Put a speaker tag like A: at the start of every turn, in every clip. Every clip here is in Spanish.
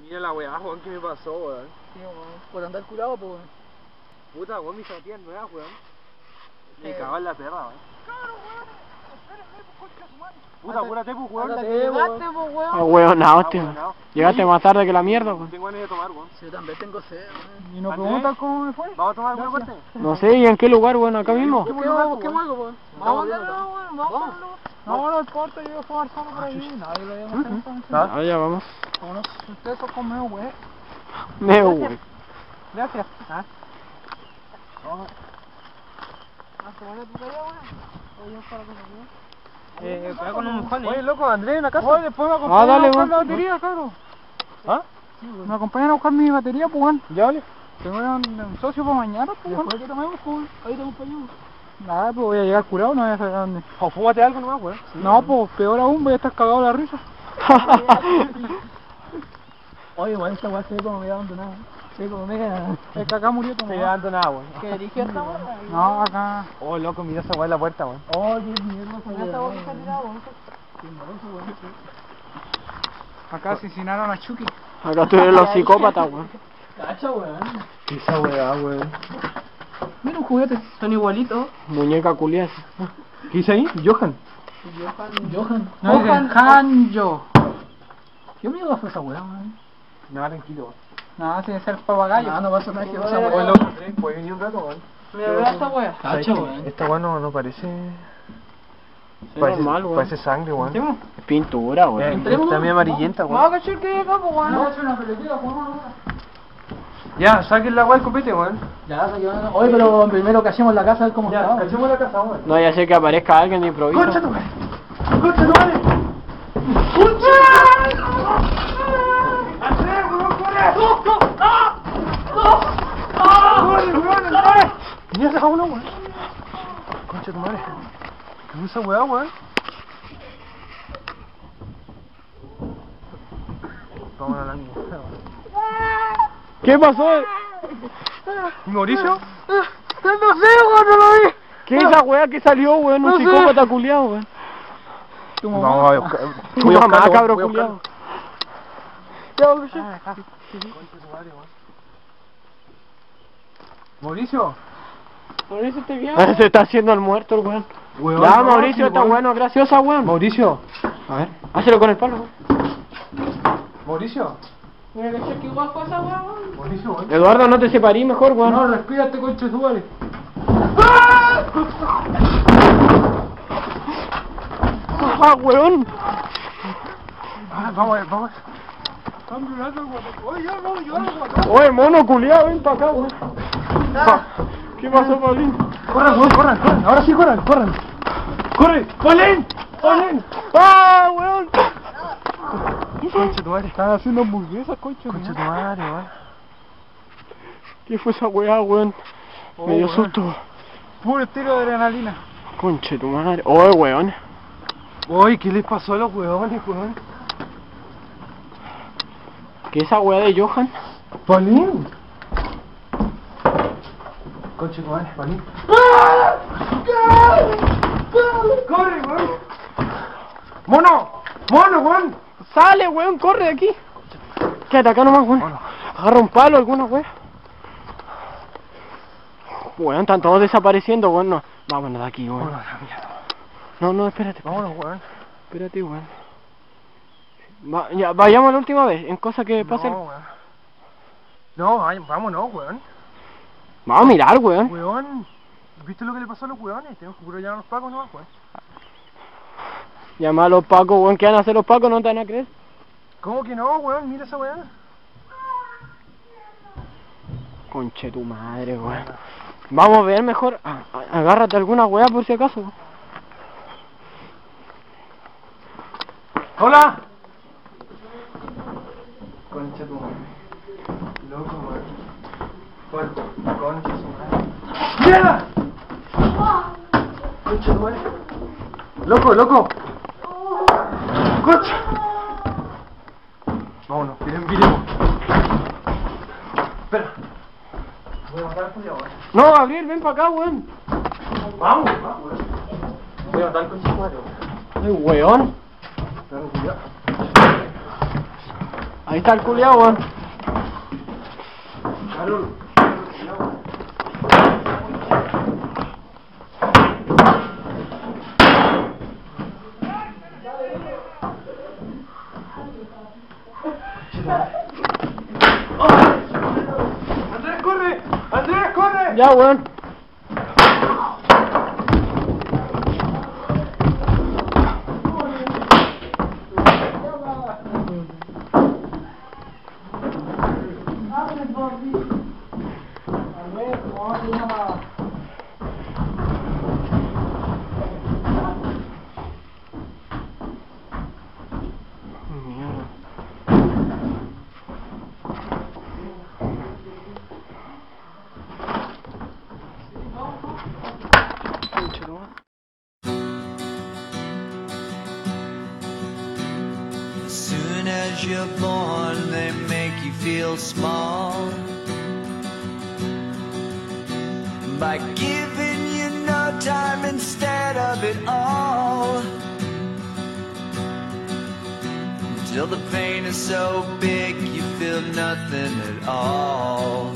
A: Mira la weá, Juan, que me pasó, weón.
B: Sí, weón. Por andar curado, pues, weón.
A: Puta, weón, me chatean nueva, weón. Me
B: Sí.
A: cagó en la perra, weón. Puta,
B: pues, Ándate-
A: apúrate, pues, weón. La
B: ándate,
A: que
B: weón.
A: llegaste, pues, weón.
C: Ah, weón, no,
A: Ah,
C: este.
A: weón.
C: Llegaste más tarde que la mierda, weón.
A: Tengo ganas de tomar, weón.
B: Sí, yo también tengo sed, weón.
D: Y nos
A: ¿Andrés?
D: preguntan cómo me fue.
A: Vamos a tomar, weón, corte.
C: No sé, ¿y en qué lugar, weón? Acá mismo.
A: lugar,
B: ¿Qué
A: weón?
B: hago, weón?
A: Vamos, weón,
B: Estamos viendo.
A: weón,
B: Vamos.
A: vamos, weón.
D: No, no importa, yo voy a jugar solo por ahí. Nadie lo iba a hacer entonces.
C: Ah, ya vamos.
D: Como no, ustedes son conmigo, güey.
C: Neo, weón.
D: Gracias. Ah. No,
E: Eh, para con un mojón,
A: Oye,
E: eh.
A: loco, Andrés en la casa.
D: Oye, después me
C: Ah,
D: acompañan
C: dale,
D: a buscar
C: weón.
D: la batería, cabrón.
A: ¿Ah?
D: Me acompañan a buscar mi batería, pues, weón.
C: Ya vale.
D: Tengo un, un socio para mañana, pues, weón.
B: Después que tomemos, weón. Ahí te acompañamos.
D: Nada, pues voy a llegar curado, no voy a saber a dónde.
A: O fúmate algo nomás, weón.
D: No, pues, peor aún, voy a estar cagado de la risa.
B: Oye, weón, esta weá se ve como medio abandonada. Se ve como mega.
D: Es que acá murió tu
A: Te
D: mamá.
A: levanto nada, weón.
B: Que dirige esta weá.
D: No, acá.
A: Oh, loco, mira esa weá en la puerta, weón.
B: Oh, qué mierda esa weá, weón.
D: Acá asesinaron a Chucky.
C: Acá estuvieron los psicópatas, weón.
B: Cacha, weón.
A: Esa weá, weón.
B: Mira un juguete. Son igualitos.
C: Muñeca culiás.
A: ¿Qué hice ahí? Johan.
B: Johan.
D: No dicen Hanjo.
B: ¿Qué mierda fue esa weá, weón?
A: No, tranquilo, weón.
D: No, tiene que ser papagayo.
B: Ah, no pasa nada que esa
A: Oye,
B: weá.
A: loco, Andrés, ¿puedes venir un rato, weón?
E: Mira, mira esta wea.
B: Cacha, Ah, weón.
A: Esta weá no, no parece...
C: Es normal, weón.
A: sangre, weón.
C: Es pintura, weón.
A: Está medio amarillenta, weón.
E: Vamos a cachar que es papo, weón.
D: No, es una pelotita, jugamos
A: Ya, saquen la guay copete, weón.
B: Ya, se quedó. Oye, pero primero que hacemos la casa a ver cómo está.
A: Ya,
B: weón.
A: cachemos la casa, weón.
C: No, ya sé que aparezca alguien de improviso.
A: Mira, saca uno, weón. Concha tu madre. ¿Qué es esa weá, weón? Vamos a la mierda, weón.
C: ¿Qué pasó?
A: ¿Y Mauricio?
C: ¿Qué es esa weá que salió, weón? Un psicópata culiado, weón.
D: Tu mamá.
A: Vamos a buscar.
C: Tu mamá, cabrón culiado.
A: Mauricio.
C: Se está haciendo el muerto, el weón.
A: Weón,
C: Ya,
A: no, sí,
C: Mauricio, esta
A: weón.
C: weá no es graciosa, weón.
A: Mauricio.
C: A ver, hazlo con el palo, weón.
A: Mauricio. Mauricio, weón.
C: Eduardo, no te separís mejor, weón.
A: No, respírate, concha de tu madre.
C: Ah, weón.
A: Ah, vamos, vamos.
C: Oye, mono culiado, ven para acá, weón.
A: Ah.
C: Ah, ¿Qué pasó, Paulín?
A: Corran, weón, corran, corran. Ahora sí, corran, corran. ¡Corre! ¡Paulín! ¡Paulín!
C: ¡Ah, weón!
A: Concha de tu madre.
D: Están haciendo hamburguesas, coche.
A: Concha de tu madre, weón.
C: ¿Qué fue esa weá, weón?
A: Oh,
C: Me dio susto.
D: Puro tiro de adrenalina.
C: Conche tu madre. Oye, weón.
A: Uy, ¿qué les pasó a los weones, weón?
C: ¿Qué esa weá de Johan?
A: ¡Paulín! Concha de tu madre, Paulín. ¡Corre, weón! ¡Mono! ¡Mono, weón!
C: ¡Sale, weón! ¡Corre de aquí! Quédate acá nomás, weón. Agarra un palo alguna weá. Weón, están todos desapareciendo, weón. No. Vámonos de aquí,
A: Mono,
C: weón.
A: la mierda.
C: No, no, espérate.
A: Vámonos, weón.
C: Espérate, weón. Va- ya, vayamos la última vez, en cosa que pase.
A: No, weón. No, ay, vámonos, weón.
C: Vamos a mirar, weón.
A: Weón. ¿Viste lo que le pasó a los weones? Tenemos que procurar llamar a los pacos nomás, weón.
C: Llama a los pacos, weón. ¿Qué van a hacer los pacos? No te van a creer.
A: ¿Cómo que no, weón? Mira esa weón.
C: Conche tu madre, weón. Vamos a ver mejor. a- a- Agárrate alguna weá por si acaso.
A: ¡Hola! Concha tu madre. Loco, weón. Puerco, concha su madre. ¡Mierda! Concha tu madre. Loco, loco. Concha. Vámonos, miren, miremos. Espera. Voy a matar al culiao, weón.
C: No, Gabriel, ven para acá, weón.
A: Vamos, vamos, weón. Voy a matar al eh. concha su madre, weón.
C: Ay, weón.
A: Claro, culiao.
C: Ahí está el culiao, weón.
A: Carol, cuidado. Andrés, corre. Andrés, corre.
C: Ya, weón. Mierda. Concha tu madre.
F: As soon as you're born, they make you feel small by giving you no time instead of it all. Till the pain is so big, you feel nothing at all.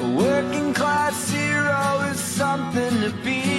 F: A working class hero is something to be.